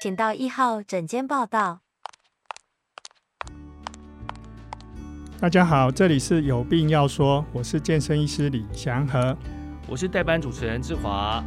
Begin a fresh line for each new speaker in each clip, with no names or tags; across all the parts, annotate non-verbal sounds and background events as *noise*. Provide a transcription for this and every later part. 请到一号诊间报到。
大家好，这里是有病要说，我是健身医师李祥和。
我是代班主持人志华。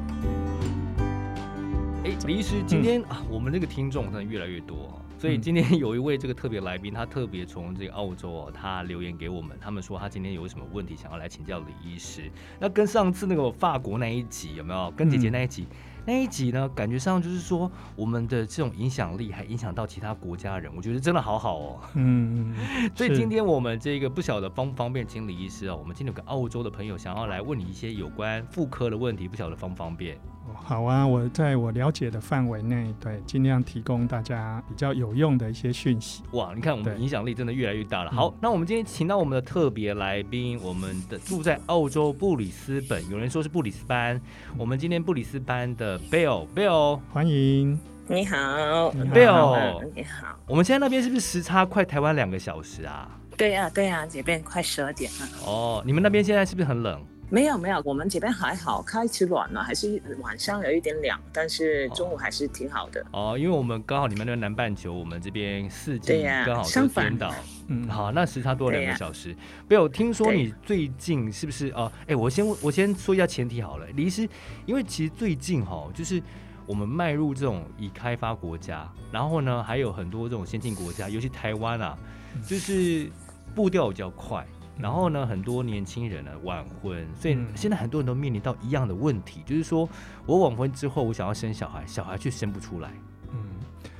哎，李医师，今天、啊，我们这个听众真的越来越多哦，所以
嗯
今天有一位这个特别来宾，他特别从这个澳洲哦，他留言给我们，他们说他今天有什么问题想要来请教李医师。那跟上次那个法国那一集有没有？跟姐姐
嗯
那一集。那一集呢，感觉上就是说我们的这种影响力还影响到其他国家人，我觉得真的好好哦。
嗯，
所以
是
今天我们这个不晓得方不方便请李医师啊、我们今天有个澳洲的朋友想要来问你一些有关妇科的问题，不晓得方不方便？
好啊，我在我了解的范围内，对，尽量提供大家比较有用的一些讯息。
哇，你看我们
对嗯
影响力真的越来越大了。好，那我们今天请到我们的特别来宾，我们的住在澳洲布里斯本，有人说是布里斯班，我们今天布里斯班的 Bill Bill，
欢迎，
你好
你好
，Bill
你好，
我们现在那边是不是时差快台湾两个小时啊？
对呀、对呀、这边快十二点了。
哦，你们那边现在是不是很冷？
没有没有，我们这边还好，开始暖了，还是晚上有一点凉，但是中午还是挺好的。
哦，因为我们刚好你们那边南半球，我们这边四
对
季
呀
刚好都
相反
颠倒。
嗯，
好，那时差多两
对
个
呀
小时。没有听说
对
你最近是不是哦？哎、我先问我先说一下前提好了，李医师，因为其实最近哈、就是我们迈入这种已开发国家，然后呢，还有很多这种先进国家，尤其台湾啊，
嗯
就是步调比较快。然后呢，很多年轻人呢晚婚，所以
嗯
现在很多人都面临到一样的问题，就是说我晚婚之后，我想要生小孩，小孩却生不出来。
嗯，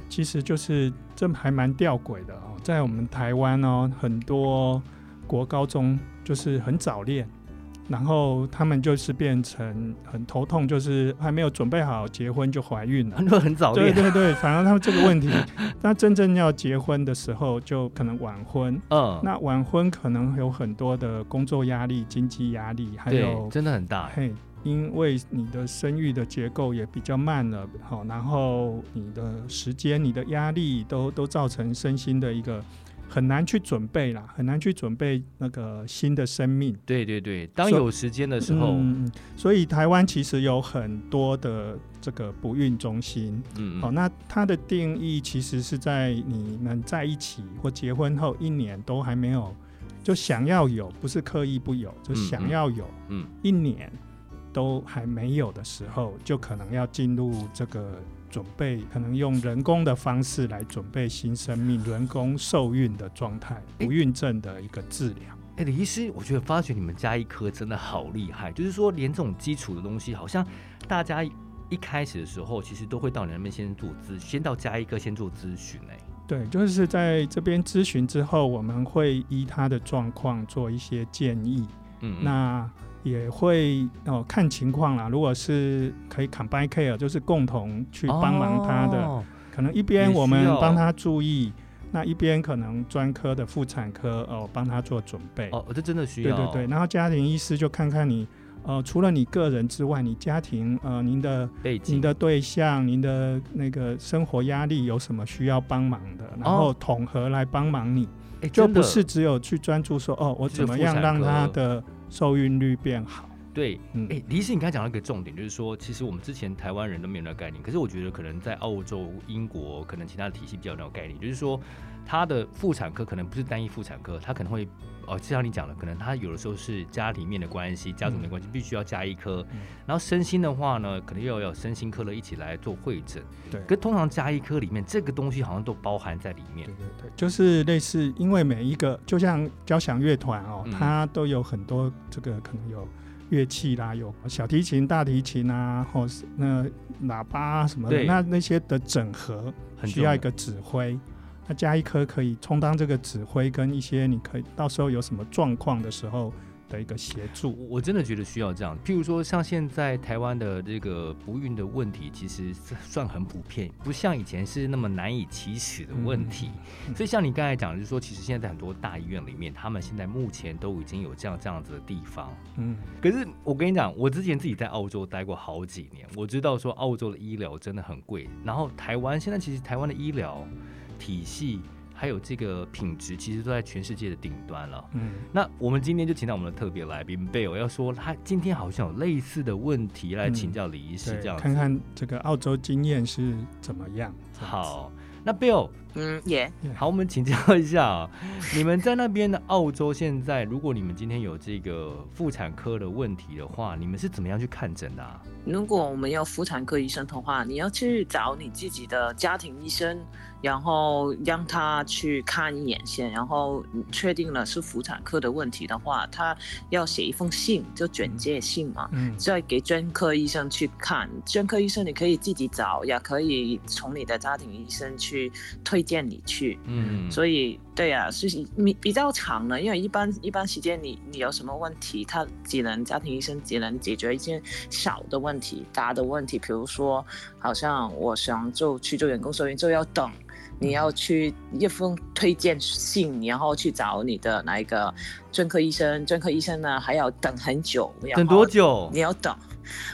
其实就是这还蛮吊诡的哦，在我们台湾哦，很多国高中就是很早恋，然后他们就是变成很头痛，就是还没有准备好结婚就怀孕了。
很多人很早
对
恋，
对对，反而他们这个
*laughs*
问题，那真正要结婚的时候就可能晚婚，
嗯，
那晚婚可能有很多的工作压力、经济压力，还有
对，真的很大。
嘿，因为你的生育的结构也比较慢了，好，然后你的时间、你的压力都都造成身心的一个很难去准备啦，很难去准备那个新的生命。
对对对，当
所以
有时间的时候，嗯
嗯，所以台湾其实有很多的这个不孕中心，
嗯，
好，那它的定义其实是在你们在一起或结婚后一年都还没有，就想要有，不是刻意不有，就
嗯
想
嗯
要有
嗯
一年都还没有的时候，就可能要进入这个准备，可能用人工的方式来准备新生命，人工受孕的状态，不孕症的一个治疗。
哎、李医师，我觉得发觉你们家医科真的好厉害，就是说连这种基础的东西，好像大家一开始的时候，其实都会到你那边先做咨，先到家医科先做咨询哎。
对，就是在这边咨询之后，我们会依他的状况做一些建议。
嗯，
那也会哦看情况啦。如果是可以 combine care，就是共同去帮忙他的，
哦
可能一边我们
也需要
帮他注意，那一边可能专科的妇产科哦帮他做准备。
哦，这真的需
对
要。
对对，然后家庭医师就看看你。呃，除了你个人之外，你家庭呃，您的、
背
您
景
的对象、您的那个生活压力有什么需要帮忙的，然
哦
后统合来帮忙你。
哎
就
真的
不是只有去专注说哦，我
就是
怎么
妇
样
产
让
科
他的受孕率变好？
对
嗯，
哎、李医师，你刚才讲到一个重点，就是说，其实我们之前台湾人都没有那个概念，可是我觉得可能在澳洲、英国，可能其他的体系比较有那个概念，就是说，它的妇产科可能不是单一妇产科，它可能会，哦，就像你讲的，可能它有的时候是家里面的关系、家族的关系，必须要加一科，
嗯
然后身心的话呢，可能又要有身心科的一起来做会诊，
对
可通常加一科里面这个东西好像都包含在里面
对，对对，就是类似，因为每一个就像交响乐团哦，
嗯
它都有很多这个可能有乐器啦，有小提琴、大提琴啊，或是那喇叭啊什么的，
对
那那些的整合
很
需
重
要一个指挥。那加一颗可以充当这个指挥跟一些你可以到时候有什么状况的时候的一个协助。
我我真的觉得需要这样。譬如说，像现在台湾的这个不孕的问题，其实是算很普遍，不像以前是那么难以启齿的问题。 *laughs*
嗯
所以像你刚才讲，就是说，其实现在在很多大医院里面，他们现在目前都已经有这样这样子的地方。
嗯，
可是我跟你讲，我之前自己在澳洲待过好几年，我知道说澳洲的医疗真的很贵。然后台湾现在其实台湾的医疗体系。还有这个品质，其实都在全世界的顶端了。
嗯，
那我们今天就请到我们的特别来宾贝尔，要说他今天好像有类似的问题来请教李医
嗯
师，
对
这样，子
看看这个澳洲经验是怎么样。这样子，
好。那贝尔，
嗯，也
好，我们请教一下啊，你们在那边的澳洲现在，如果你们今天有这个妇产科的问题的话，你们是怎么样去看诊的、啊？
如果我们要妇产科医生的话，你要去找你自己的家庭医生，然后让他去看一眼先，然后确定了是妇产科的问题的话，他要写一封信，就转介信嘛。
嗯，
再给专科医生去看，专科医生你可以自己找，也可以从你的家庭医生去推荐你去。
嗯，
所以，对呀、啊，是比比较长的，因为一般一般时间你你有什么问题，他只能家庭医生只能解决一些小的问题、大的问题，比如说，好像我想就去做人工受孕，就要等，你要去一封推荐信，然后去找你的哪一个专科医生，专科医生呢还要等很久，然
等
后
多久
你？要等，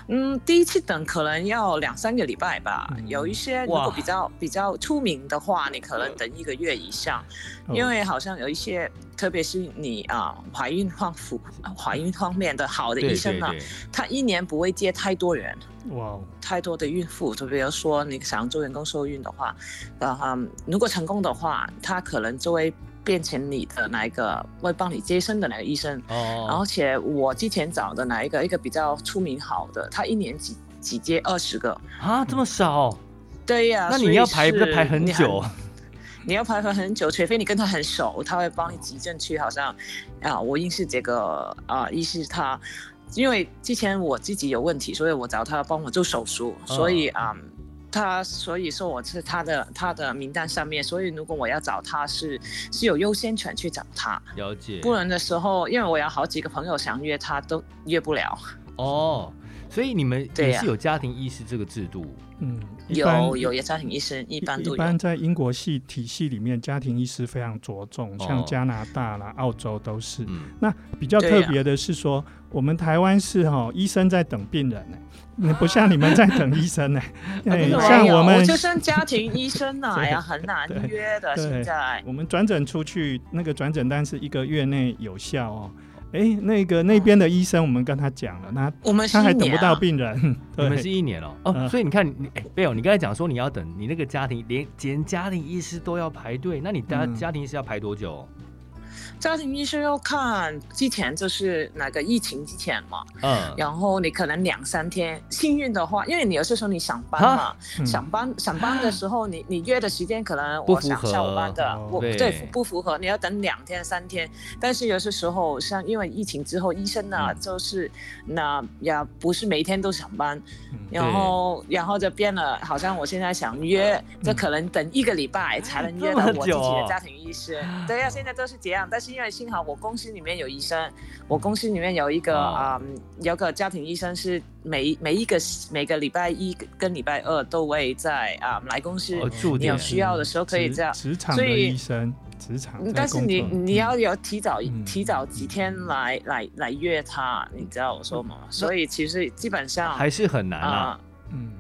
嗯，第一次等可能要两三个礼拜吧。
嗯
有一些如
哇
果比较比较出名的话，你可能等一个月以上，
哦
因为好像有一些，特别是你啊怀孕方服怀孕方面的好的医生啊，他一年不会接太多人。
哇哦，
太多的孕妇，就比如说你想做人工受孕的话，啊、嗯，如果成功的话，他可能就会变成你的那一个会帮你接生的那个医生，
哦，
而且我之前找的哪一个一个比较出名好的，他一年只只接二十个，
啊，这么少？
对呀、
那
所
你
以
要排
是
不排很
你
久？
你要排排很久，除非你跟他很熟，他会帮你急诊去。好像啊，我认识这个啊，医师他，因为之前我自己有问题，所以我找他帮我做手术，
哦
所以啊。他所以说我是他的他的名单上面，所以如果我要找他是是有优先权去找他，
了解。
不然的时候，因为我有好几个朋友想约他都约不了。
哦，所以你们
对
也
呀
是有家庭医师这个制度。
嗯，一般
有有也家庭医生一般
一一
都有，
般在英国系体系里面，家庭医师非常着重，
哦
像加拿大啦、澳洲都是。
嗯，
那比较特
对啊
别的是说，我们台湾是哈、医生在等病人呢、那不像你们在等医生
*laughs* 啊
呢、
真
哎
的吗
像
没有
我们
就算家庭
*laughs*
医生呢、哎呀，很难
对
约的。
对
现在
我们转诊出去，那个转诊单是一个月内有效哦。哎，那个
哦
那边的医生，我们跟他讲了，那
我们是
他还等
一
不
年
到
啊
病人。
你们
*laughs* 对，
是一年哦，哦，
嗯
所以你看，你哎，贝尔，你刚才讲说你要等你那个家庭，连连家庭医师都要排队，那你家
嗯
家庭医师要排多久？
家庭医生要看之前就是哪个疫情之前嘛，
嗯，
然后你可能两三天，幸运的话，因为你有些时候你上班嘛，
嗯
上班上班的时候你你约的时间可能
不
我
符
想
合
下午班的
哦，
我
对
对符不符合，你要等两天三天。但是有些时候像因为疫情之后，医生呢、
嗯
就是那也不是每天都上班，
嗯
然后然后就变了，好像我现在想约，这可能等一个礼拜才能约到
嗯 *laughs* 这么
我自
久
己
哦
的家庭医师。对呀、现在都是这样，但是因为幸好我公司里面有医生，我公司里面有一个
哦
啊、嗯有个家庭医生是每每一个每个礼拜一跟礼拜二都会在啊、来公司。
哦，住
你
点
有需要的时候可以这样
职职场
所
的
以
医生，职场
嗯
在
但是
工
你
作
你要有提早、
嗯
提早几天来来来约他，你知道我说吗？所以其实基本上
嗯还是很难
啊。
啊。
嗯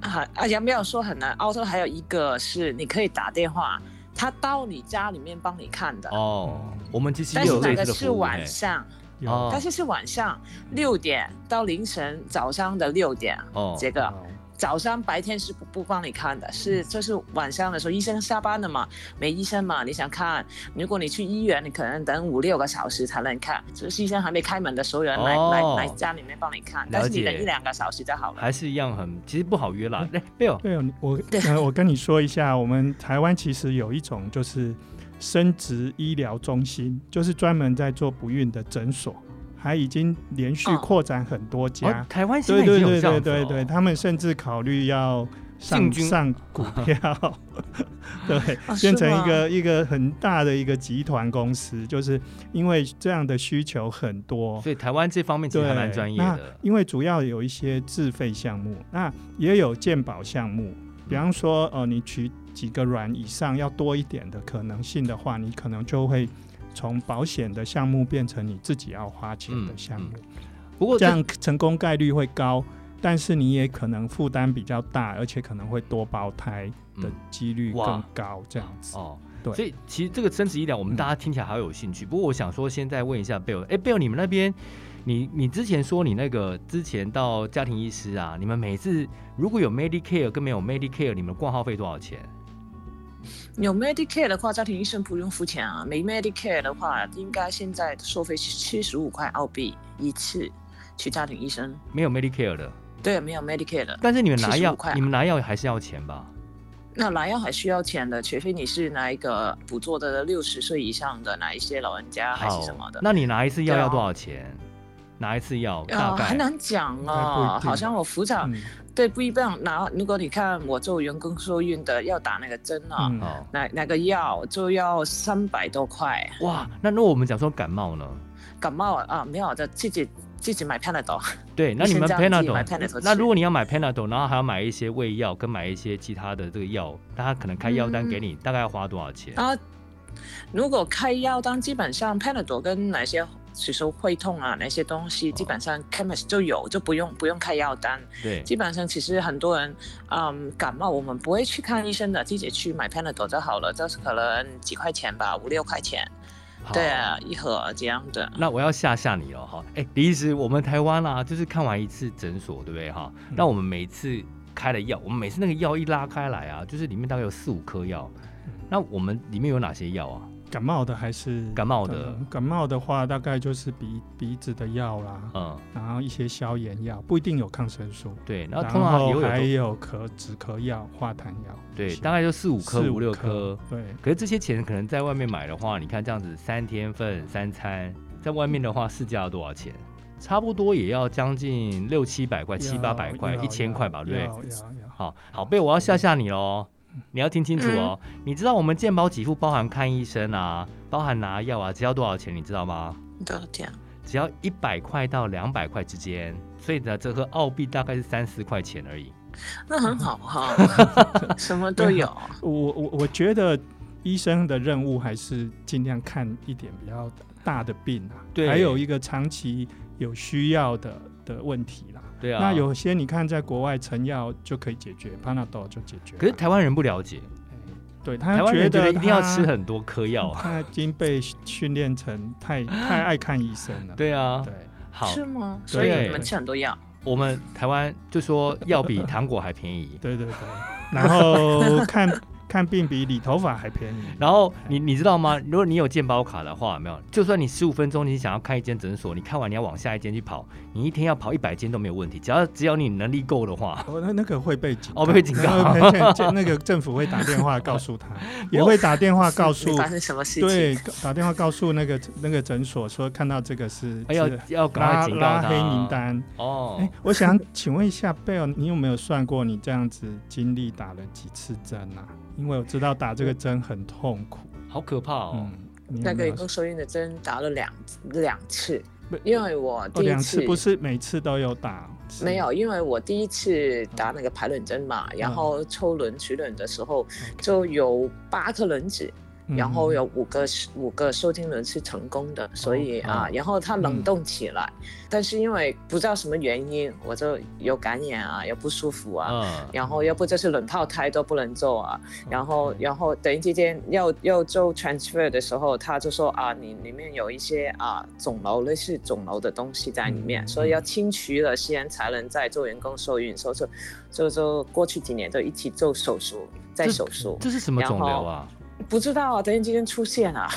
嗯
啊，而且没有说很难。澳洲还有一个是你可以打电话，他到你家里面帮你看的，
哦，我们其实
嗯但
也
是
有
哪
类
个
似的
是
服务。嘿
晚上，
有
哦
但是是晚上六点到凌晨早上的六点，
哦，
这个
哦
早上白天是不不帮你看的，是就是晚上的时候医生下班了嘛，没医生嘛，你想看，如果你去医院，你可能等五六个小时才能看，就是医生还没开门的时候，有人来、
哦
来来家里面帮你看，但是你
了解
等一两个小时就好了。
还是一样很，其实不好约啦。哎，
*laughs*
贝尔，
对哦，你我呃，我跟你说一下，我们台湾其实有一种就是生殖医疗中心，就是专门在做不孕的诊所，还已经连续
嗯
扩展很多家。
哦台湾现在
对
已经
对对
有这样
对
子哦
啊对对，他们甚至考虑要
进
上
军啊
上股
*laughs*
票，对，
哦
变
是
成一
吗
个一个很大的一个集团公司，就是因为这样的需求很多，
所以台湾这方面其
对，
实还
那
蛮专业的。
因为主要有一些自费项目，那也有健保项目。比方说，呃，你取几个软以上要多一点的可能性的话，你可能就会从保险的项目变成你自己要花钱
嗯
的项目，
不过
这样成功概率会高，但是你也可能负担比较大，而且可能会多胞胎的
嗯
几率
哇
更高，这样子。
哦，
对
所以其实这个生殖医疗，我们大家听起来好有兴趣。不过我想说，现在问一下贝尔，哎，贝尔，你们那边，你你之前说你那个之前到家庭医师啊，你们每次如果有 Medicare 跟没有 Medicare，你们挂号费多少钱？
有 Medicare 的话，家庭医生不用付钱啊。没 Medicare 的话，应该现在收费是七十五块澳币一次去家庭医生。
没有 Medicare 的，
对，没有 Medicare 的，
但是你们拿药
75块，啊
你们拿药还是要钱吧？
那拿药还需要钱的，除非你是哪一个补助的六十岁以上的哪一些老人家还是什么的。
那你拿一次药
对啊
要多少钱？拿一次药大
啊，
概
很难讲
应该不一
哦，
定
好像我辅导、
嗯
对不一样。然后如果你看我做员工受孕的，要打那个针啊，
嗯
哦，
那那个药就要三百多块。
哇，那如果我们讲说感冒呢？
感冒啊，没有的，自己自己买 Panadol。
对，那你们
先这样自己买
Panadol，
Panadol
那
吃
如果你要买 Panadol，然后还要买一些胃药跟买一些其他的这个药，那他可能开药单给你，大概要花多少钱？
嗯啊，如果开药单，基本上 Panadol 跟哪些吸收会痛啊那些东西，
哦
基本上 chemist 就有，就不用不用开药单。
对，
基本上其实很多人，嗯，感冒我们不会去看医生的，自己去买 Panadol 就好了，就是可能几块钱吧，五六块钱，
哦
好
对、啊，一盒这样的。
那我要吓吓你了哈！哎，李医师，我们台湾啦、就是看完一次诊所，对不对哈？
嗯
那我们每次开了药，我们每次那个药一拉开来啊，就是里面大概有四五颗药。
嗯
那我们里面有哪些药啊？
感冒的还是
感冒的
感冒的话，大概就是鼻鼻子的药啦，
嗯，
然后一些消炎药，不一定有抗生素。
对，然后
然
通常也
后
会
还
有
有咳止咳药、化痰药，
对，
是
大概就四五颗、
四
五六颗
颗。，对，
可是这些钱可能在外面买的话，你看这样子三天份三餐，在外面的话市价要多少钱？差不多也要将近六七百块、七八百块、
要
一千块吧，对不对
要？要要
好好，贝，我要吓吓你喽！你要听清楚哦。
嗯
你知道我们健保给付包含看医生啊，包含拿药啊，只要多少钱？你知道吗？
多少钱？
只要一百块到两百块之间，所以呢，折合澳币大概是三四块钱而已。
那很
*laughs*
好哈，什么都有。
我我我觉得医生的任务还是尽量看一点比较大的病啊，
对
还有一个长期有需要的的问题啦。
对啊，
那。有些你看在国外成药就可以解决，Panadol 就解决了。啊
可是台湾人不了解，
对他
台湾人觉得
得
一定要
他嗯
吃很多颗药啊。
他已经被训练成太太爱看医生了。
对啊，
对。
好，
是吗？所以你们吃很多药，
我们台湾就说药比糖果还便宜 *laughs*
对对对，然后 *laughs* 看看病比理头发还便宜。
然后你你知道吗？如果你有健保卡的话，有没有，就算你十五分钟你想要看一间诊所，你看完你要往下一间去跑，你一天要跑一百间都没有问题，只要只要你能力够的话。
哦，那那个会被警
哦被警
*laughs*
告
那个被警那个政府会打电话告诉
*laughs*
他，也会打电话告诉
你发生什么事情？
对，打电话告诉那个那个诊所说看到这个 *laughs* 是
哎要
是
要赶快
拉
警告
拉
他
黑名单。
哦
哎、，我想请问一下贝尔，你有没有算过你这样子经历打了几次针啊？因为我知道打这个针很痛苦。
好可怕哦！
嗯，你
那
有
个
没
员
有
工受孕的针打了两两次
不，
因为我
哦
第一
两
次
次不是每次都有打，是
没有，因为我第一次打那个排卵针嘛，
嗯
然后抽轮取卵的时候
OK
就有八颗卵子，
嗯
然后有五个是五个受精轮是成功的，所以啊
哦，
然后它冷冻起来，但是因为不知道什么原因，我就有感染啊，有不舒服啊，
嗯，
然后要不就是冷泡胎都不能做啊，然后
OK
然后等于之间要要做 transfer 的时候，他就说啊，你里面有一些啊肿瘤类似肿瘤的东西在里面，
嗯
所以要清除了先才能再做人工受孕，所以说就就过去几年都一起做手术，在
这
手术，
这是什么肿瘤啊？
不知道啊，等于之间出现啊。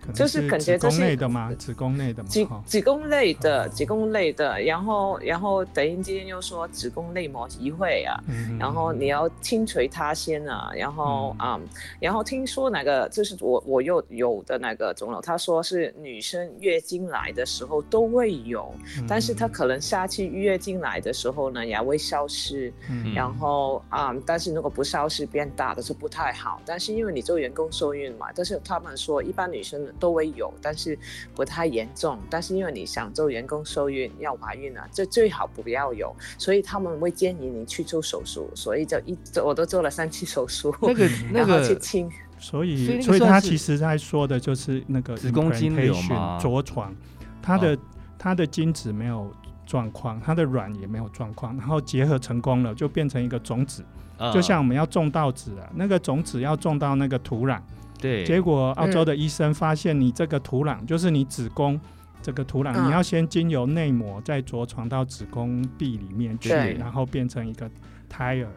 可能
就是感觉
子
这
宫
是
内的吗？子宫内的吗？
子
哈
子宫内的，子宫内的，然后然后等于之间又说子宫内膜移位啊，
嗯
然后你要清除它先啊，然后啊、嗯然后听说那个就是我我又有的那个肿瘤，他说是女生月经来的时候都会有，
嗯
但是它可能下次月经来的时候呢也会消失，
嗯
然后啊、嗯但是如果不消失变大的是不太好，但是因为你做人工受孕嘛，但是他们说一般女生都会有，但是不太严重，但是因为你想做人工受孕要怀孕啊，这最好不要有，所以他们会建议你去做手术，所以就一我都做了三期手术，
那个那
然后去
个
清，
所
所以
以，
那个
所以
算
他
是
其实在说的就是那个
子宫肌瘤哦
implantation，
吗
着床，他的、他的精子没有状况，他的卵也没有状况，然后结合成功了，就变成一个种子，
嗯
就像我们要种稻子啊，那个种子要种到那个土壤，
对，
结果澳洲的医生发现你这个土壤，就是你子宫这个土壤，
嗯
你要先经由内膜再着床到子宫壁里面去，
对
然后变成一个胎儿。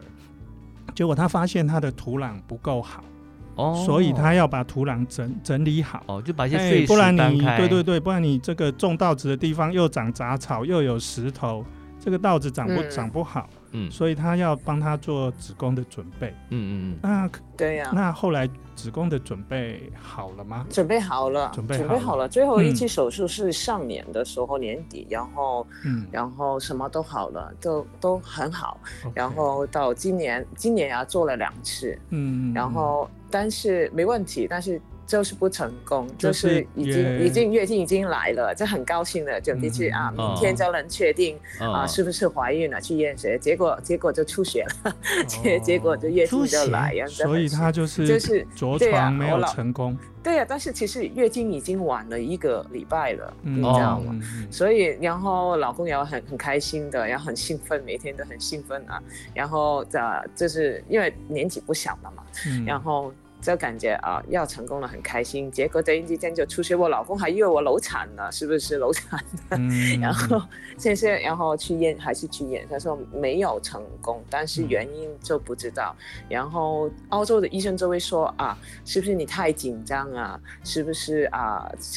结果他发现他的土壤不够好，
哦，
所以他要把土壤整整理好。
哦就把一些
哎，
碎
不
石
然
搬
你
开，
对对对，不然你这个种稻子的地方又长杂草，又有石头，这个稻子长不、
嗯
长不好，
嗯
所以他要帮他做子宫的准备。
嗯嗯嗯，
那
对呀、
那后来子宫的准备好了吗？
准备好了，
准备好了
了。最后一
嗯
次手术是上年的时候年底，然后
嗯，
然后什么都好了，都都很好。
OK
然后到今年，今年呀做了两次，
嗯，嗯
然后但是没问题，但是就是不成功，
就
就是是已经
也
已经月经已经来了，这很高兴的，准备去
嗯哦
啊，
哦
明天就能确定
嗯
啊是不是怀孕了，去验血，结果结果就出血了，结
哦
结果就月经
出
就
血
来，然后
所以他就是
就是
着
对啊
床没
我
有
老
成功，
对呀、但是其实月经已经晚了一个礼拜了，
嗯
你知
这
道
样
吗？
嗯嗯
所以，然后老公也很很开心的，然后很兴奋，每天都很兴奋啊。然后呃，就是因为年纪不小了嘛，
嗯
然后就感觉啊、要成功了，很开心。结果突然之间就出血，我老公还以为我流产了，是不是流产？ *laughs*
嗯
然
嗯
后 *laughs* 这些，然后去验还是去验，他说没有成功，但是
嗯
原因就不知道。然后澳洲的医生就会说啊，是不是你太紧张啊？是不是啊？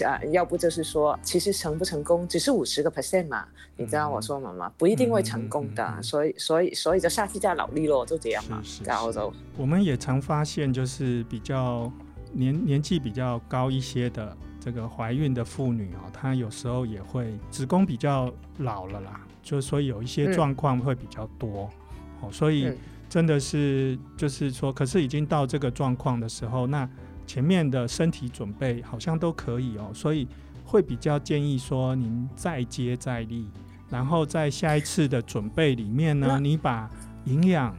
啊，要不就是说，其实成不成功只是五十个 percent 嘛，你知道我说妈妈不一定会成功的，
嗯嗯嗯嗯嗯
所以所以所以就下次再努力咯，就这样嘛，
是是
在澳
是
洲，
我们也常发现，就是比较年年纪比较高一些的这个怀孕的妇女哦，她有时候也会子宫比较老了啦，就所以有一些
嗯
状况会比较多、哦，所以
嗯
真的是就是说，可是已经到这个状况的时候，那前面的身体准备好像都可以哦，所以会比较建议说您再接再厉，然后在下一次的准备里面呢，
那
你把营养，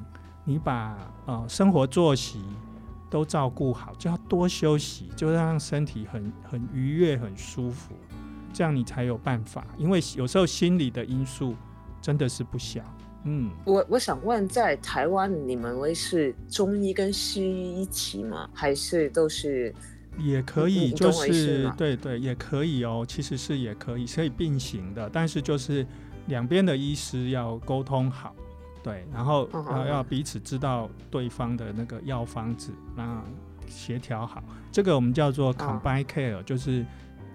你把呃生活作息都照顾好，就要多休息，就让身体很很愉悦、很舒服，这样你才有办法。因为有时候心理的因素真的是不小，嗯。
我我想问，在台湾你们会是中医跟西医一起吗？还是都是？
也可
你
以，
你
就
懂我意思
是
吗
对对，也可以哦，其实是也可以，可以并行的，但是就是两边的医师要沟通好，对，然后
嗯
要
嗯
要彼此知道对方的那个药方子，那协调好，这个我们叫做
啊
combine care，、就是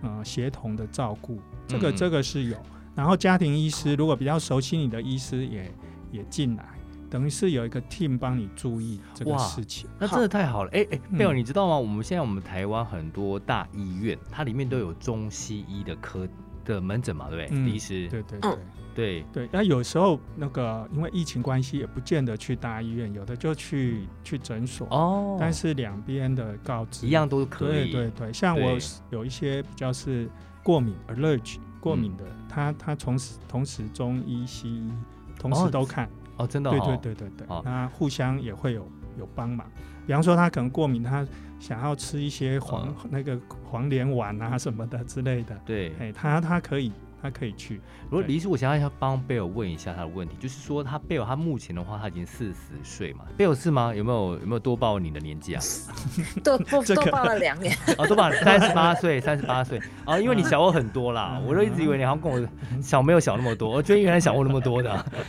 呃协同的照顾，这个
嗯嗯
这个是有，然后家庭医师如果比较熟悉你的医师也也进来，等于是有一个 team 帮你注意这个
哇
事情，
那真的太好了，哎哎，
嗯
贝尔，你知道吗？我们现在我们台湾很多大医院，它里面都有中西医的科的门诊嘛，对不对？
嗯
医师，
对对对。
嗯
对，
对，那有时候那个因为疫情关系，也不见得去大医院，有的就去去诊所。
哦，
但是两边的告知
一样都可
对
以，
对对，像我
对
有一些比较是过敏 allergy 过敏
嗯
的，他他同时同时中医西医同时
哦
都看，
哦，真的、哦，
对对对对对
哦，
那互相也会有有帮忙。比方说他可能过敏，他想要吃一些黄、
嗯
那个黄连丸啊什么的之类的，
对
哎，他他可以他可以去，
如果李医师，我想要帮贝尔问一下他的问题，就是说他贝尔他目前的话，他已经四十岁嘛，贝尔是吗？有没有有没有多报你的年
*laughs*
纪啊？
都都
这
都
个
报了两年，
啊，多报三十八岁，三十八岁啊，因为你小我很多
嗯
啦，我都一直以为你好像跟我小没有小那么多，我觉得原来小我那么多的， *laughs*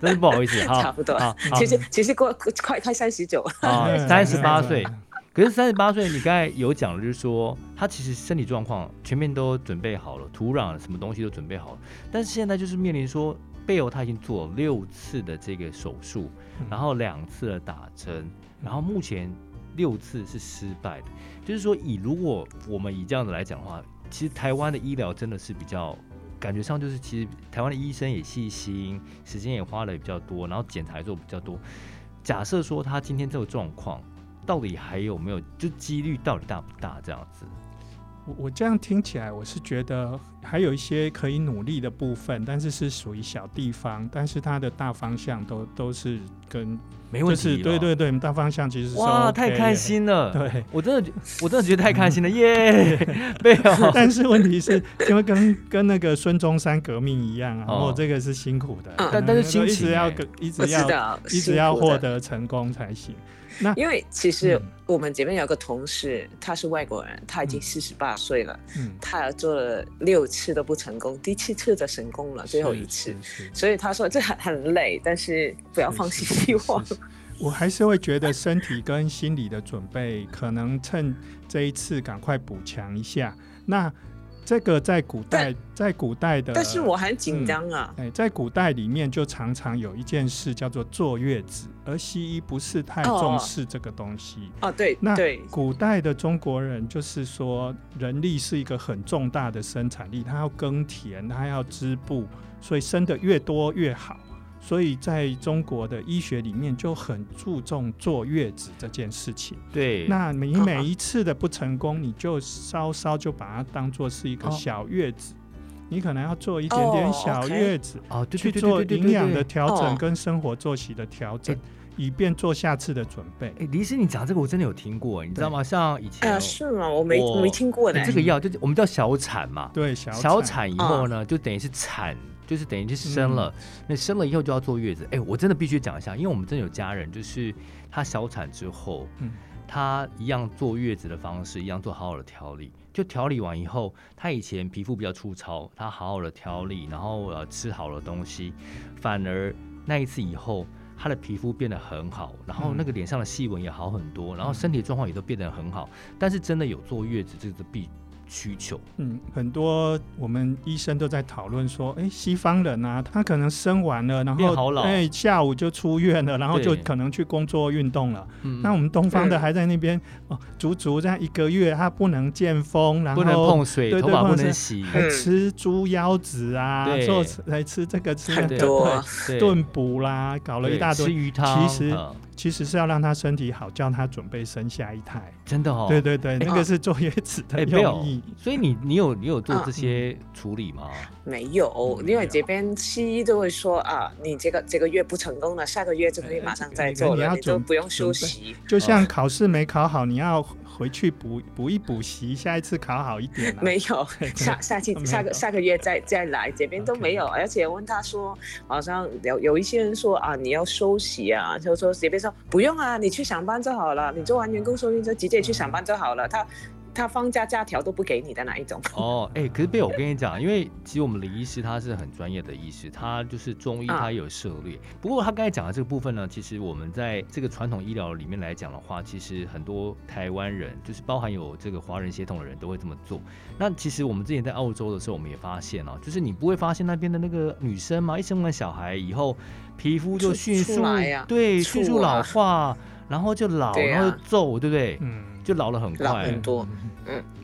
真是不好意思哈。
差 *laughs* 不多
好，好
其实其实过快快三十九了。
啊，
对
三十八
对
岁
对。
可是三十八岁，你刚才有讲了，就是说他其实身体状况全面都准备好了，土壤什么东西都准备好了，但是现在就是面临说，贝欧他已经做了六次的这个手术，
嗯
然后两次的打针，然后目前六次是失败的，就是说以如果我们以这样子来讲的话，其实台湾的医疗真的是比较。感觉上就是，其实台湾的医生也细心，时间也花的比较多，然后检查也做得比较多。假设说他今天这个状况，到底还有没有？就几率到底大不大？这样子，
我我这样听起来，我是觉得还有一些可以努力的部分，但是是属于小地方，但是它的大方向都都是跟
没
就
问
是
题了。哦
对对对，大方向其实是
哇，
OK
太开心了！
的。
*laughs*
对，
我真的觉，我真的觉得太开心了， *laughs* 耶！没有，
但是问题是，因为跟跟那个孙中山革命一样啊，
哦
我这个是辛苦的，
嗯
可能
但但是
说
心
一
情
直要
欸
跟一
我
直
知
要
道，
一直
辛
要
苦的
获得成功才行。那
因为其实
嗯
我们这边有个同事，他是外国人，他已经
嗯
四十八岁了，
嗯，
他做了六次都不成功，第七次的成功了，最后一次。
是是
所以他说这很很累，但是不要放弃希望。
是是是我还是会觉得身体跟心理的准备，可能趁这一次赶快补强一下。那这个在古代，在古代的，
*laughs* 但是我很紧张啊，
哎，在古代里面就常常有一件事叫做坐月子，而西医不是太重视这个东西。
哦，对
那
对，
古代的中国人就是说，人力是一个很重大的生产力，他要耕田，他要织布，所以生的越多越好。所以在中国的医学里面就很注重坐月子这件事情。
对，
那你
啊
每一次的不成功，你就稍稍就把它当做是一个
哦
小月子，你可能要做一点
哦
点小
，OK
月子，
哦，对
去
对对
做
对对
营
对
养的
对。
调
哦
整跟生活作息的调整
哎，
以便做下次的准备。
哎，李医师，你讲这个我真的有听过，你知道吗？像以
哎
前
呀，
哦
是吗？我没
我
没听过呢
哎。这个药就是我们叫小产嘛，
对，小
小产以后呢，就等于是产，就是等于是生了，
嗯
那生了以后就要坐月子。哎，我真的必须讲一下，因为我们真的有家人，就是他小产之后，
嗯
他一样坐月子的方式，一样做好好的调理。就调理完以后，他以前皮肤比较粗糙，他好好的调理，然后呃吃好了东西，反而那一次以后，他的皮肤变得很好，然后那个脸上的细纹也好很多，然后身体状况也都变得很好。但是真的有坐月子，这个必需求。
嗯，很多我们医生都在讨论说，哎，西方人啊，他可能生完了，然
变
后
好老
哎下午就出院了，然后就
对
可能去工作运动了。
嗯
那我们东方的
嗯
还在那边哦，足足这样一个月，他不能见风，然后
不能碰水，
对
头
对
发
不
不
能
能洗，
还吃猪腰子啊，
对
做来吃这个吃那
对
个，
多
对
啊
对
炖补啦，搞了一
对
大
吃
堆。
鱼汤，
其实
嗯
其实是要让他身体好，叫他准备生下一胎。
真的哦，
对对对，那
啊
个是坐月子的
哎，没
用
有
意。，
所以你你有你有做
嗯
这些处理吗？
没
嗯
有，
没有
因为这边西医都会说啊，你这个这个月不成功了，下个月就可以马上再做
哎哎
了，
哎
你
你要
都不用
准
休
备
息。
就像考试没考好，你要回去补补一补习，下一次考好一点、啊。
没
*laughs*
有，下下期
没有
下个下个月再再来，这边都
OK
没有。而且问他说，好像有有一些人说啊，你要休息啊，就说这边说不用啊，你去上班就好了，你做完员工收益就直接去上班就好了。他他放假假条都不给你的那一种。
哦，哎，可是贝尔，我跟你讲，因为其实我们李医师他是很专业的医师，他就是中医，
啊
他也有涉猎。不过他刚才讲的这个部分呢，其实我们在这个传统医疗里面来讲的话，其实很多台湾人，就是包含有这个华人血统的人都会这么做。那其实我们之前在澳洲的时候，我们也发现哦、就是你不会发现那边的那个女生嘛，一生完小孩以后，皮肤就
出
迅速
出来呀
对
出
迅速
啊
老化，然后就老，
对
然后
啊
就皱，对不对？
嗯，
就老了很
*laughs* 老
快，
很
*laughs*
多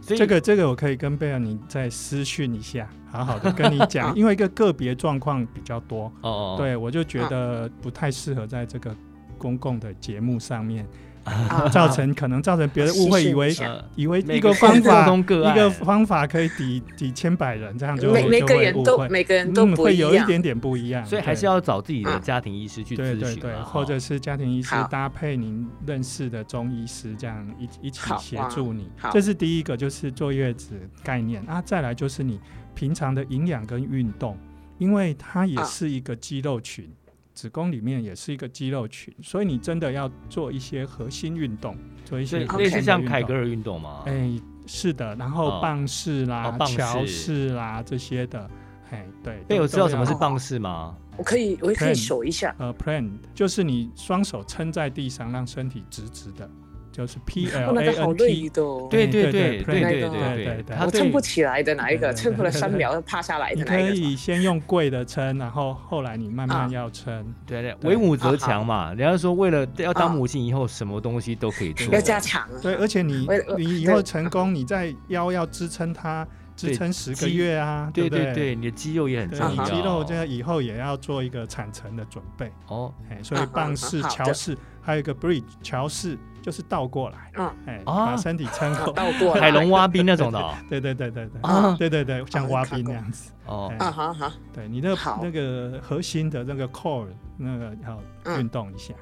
所以哦
这个这个我可以跟贝尔你再私讯一下，好好的跟你讲，因为一个个别状况比较多，
哦哦，哦，
对我就觉得不太适合在这个公共的节目上面，
啊
造成可能造成别人误会，
私讯
以为
一下
呃
以为
每
一个方
个
法
中个
一
案
个方法可以抵抵千百人，这样就
每每
就
个
会
人
误
都
会
每个人都
嗯
不
会
一
有一
样。
点点不一样，
所以还
对
是要找自己的
啊
家庭医师去
对
咨
对
询
对
啦，
或者是家庭医师
好
搭配您认识的中医师，这样一一起
好
协
哇
助你。
好
这是第一个，就是坐月子概念啊。再来就是你平常的营养跟运动，因为它也
啊
是一个肌肉群，子宫里面也是一个肌肉群，所以你真的要做一些核心运动，做一
所
些
以
核
类
心
似
的
像
运
凯
动
格。尔运动嘛，
哎，是的，然
哦
后棒式
哦
啦、
棒
桥
式
式啦这些的，哎，对。啊哦
贝尔
都
知道
都
什么是
要
棒式吗？
我可以我可以
Plan
数一下，
呃，plan 就是你双手撑在地上，让身体直直的，就是
*laughs*
P
哦
L
那
A
个好
哎 N
累
T。
的哦。
对
对
对
对
对
那
对
个
对对
对对
他
我
对
撑不起来的哪一
对
个，
对
撑不了
对
三
对
秒就趴下来
你
的
可
哪一个
以先用跪的撑，然后后来你慢慢
啊
要撑。
对对，
对
为母则
啊
强嘛。人家说为了要当
啊
母亲以后，什么东西都可以
是
做
吧？要。加强啊。
*laughs* 对，而且你
我我
你以
对
后成功，你在腰要支撑它，支
对
撑十个
肌
月啊，
对
不
对
对
对，你的肌肉也很重
对，
要。
你肌肉这以后也要做一个产程的准备。
哦
哎，所
啊
以
啊
棒
啊
式、
好
桥
的
式，还有一个 bridge 桥式，就是倒过来，
嗯，
哎，
啊
把身体撑过。
倒过来。
海龙挖冰那种的
*laughs*
哦
对对对对对，
啊
对对对，像
哦
挖
看
冰那
过
样子。
哦
哎
啊哈哈。
对你的
好
那个核心的那个 core 那个要
嗯
运动一下，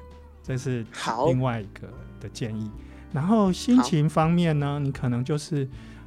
这是
好
另外一个的建议。然后心情方面呢，你可能就是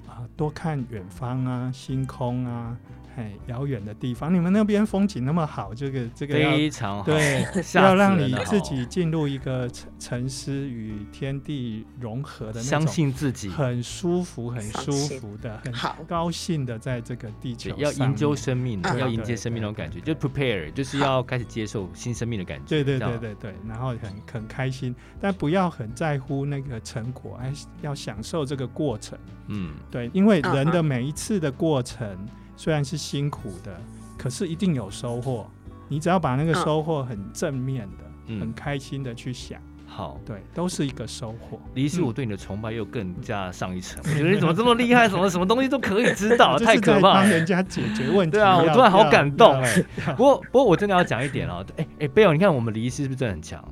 啊、多看远方啊、星空啊，嘿，遥远的地方。你们那边风景那么好，这个这个要
非常好，
对 *laughs*
吓
要让
死人哦
你
了
自
好
己进入一个沉沉思与天地融合的那
相
种，
信自己，
很舒服、很
放
舒
心
服的、很
好，
高兴的在这个地球
对
上
要营救
面
生命，
对
要
对
迎接生命那种感觉，就 prepare，就是要开始接受新生命的感觉。
对对
这样
对对对，然后很很开心，但不要很在乎那个成果，还是要享受这个过程。
嗯，
对，因为
嗯
人
嗯
的每一次的过程虽然是辛苦的，可是一定有收获。你只要把那个
嗯
收获很正面的、
嗯
很开心的去想，
好。
对，都是一个收获。
离世，我对你的崇拜又更加上
*laughs*
一层。我觉得你怎么这么厉害，什么什么东西都可以知道，
我就
啊太
是
可
在
怕
帮
了。
人家解决问题。
对啊，我
要
突然好感动 *laughs*
要
哎、不过不过我真的要讲一点哦，哎哎，贝尔，你看我们离世是不是真的很强？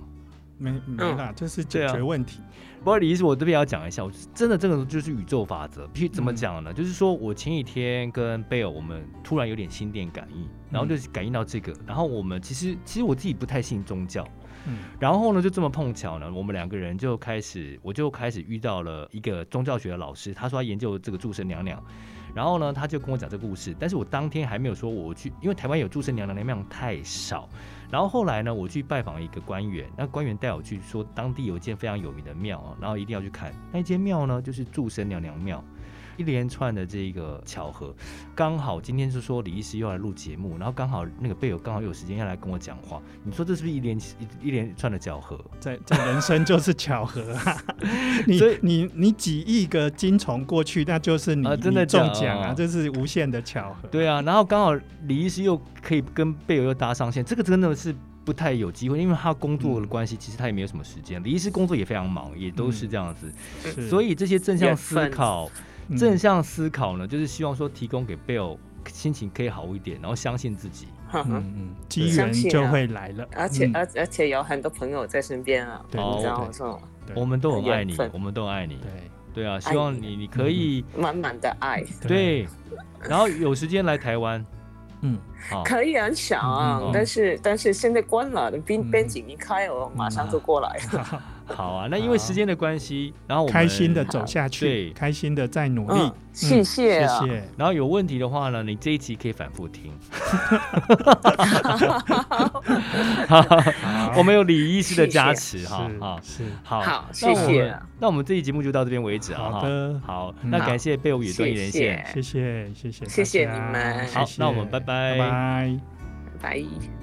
没没啦，这是
对
解
啊
决问题。
不过李医师，我这边要讲一下，我真的这个就是宇宙法则，必须怎么
嗯
讲呢？就是说我前几天跟贝尔，我们突然有点心电感应，
嗯
然后就是感应到这个，然后我们其实其实我自己不太信宗教，
嗯
然后呢就这么碰巧呢，我们两个人就开始，我就开始遇到了一个宗教学的老师，他说他研究这个祝生娘娘。然后呢，他就跟我讲这个故事，但是我当天还没有说我去，因为台湾有祝生娘娘的量太少。然后后来呢，我去拜访一个官员，那官员带我去说当地有一间非常有名的庙哦，然后一定要去看。那一间庙呢，就是祝生娘娘庙。一连串的这个巧合，刚好今天是说李医师又来录节目，然后刚好那个贝友刚好有时间要来跟我讲话，你说这是不是一连一一连串的巧合？
在 *laughs* 在人生就是巧合
*laughs*
啊！你
所以
你你几亿个金虫过去，那就是你、
啊真的
你中
假的
奖
哦
啊，这是无限的巧合。
对啊，然后刚好李医师又可以跟贝尔又搭上线，这个真的是不太有机会，因为他工作的关系，其实他也没有什么时间。李医师工作也非常忙，也都是这样子，
是，
所以这些正向思考，
嗯
正向思考呢，就是希望说提供给贝尔心情可以好一点，然后相信自己。
呵呵
嗯嗯，机
相
缘
信啊
就会来了。
而且
嗯
而而且有很多朋友在身边啊，
对
你知道
哦
我说
对
我们都很爱你
缘分，
我们都很爱你。
对
对啊，希望
爱
你你可以
满满的爱，
对，然后有时间来台湾。
*laughs*
哦
嗯，
好，
可以很
嗯
啊
嗯
想，但是但是现在关了，边
嗯
边境一开，我马上就过来。
好啊。那因为时间的关系，然后我们
开心的走下去，
对
开心的再努力
嗯。，谢谢啊
谢，谢。
然后有问题的话呢，你这一集可以反
*laughs*
复听。我们有李医师的加 *laughs* 持哈
是
哈，
是，
好，
好，
那
谢
我
谢
们
啊，
那我们这一节目就到这边为止啊
好
哈。
的，
好，
嗯
那感谢贝欧宇断一
谢
连线。
谢
谢，
谢谢谢大家，
谢谢你们
谢
好
谢
那我们拜拜
拜拜。
拜。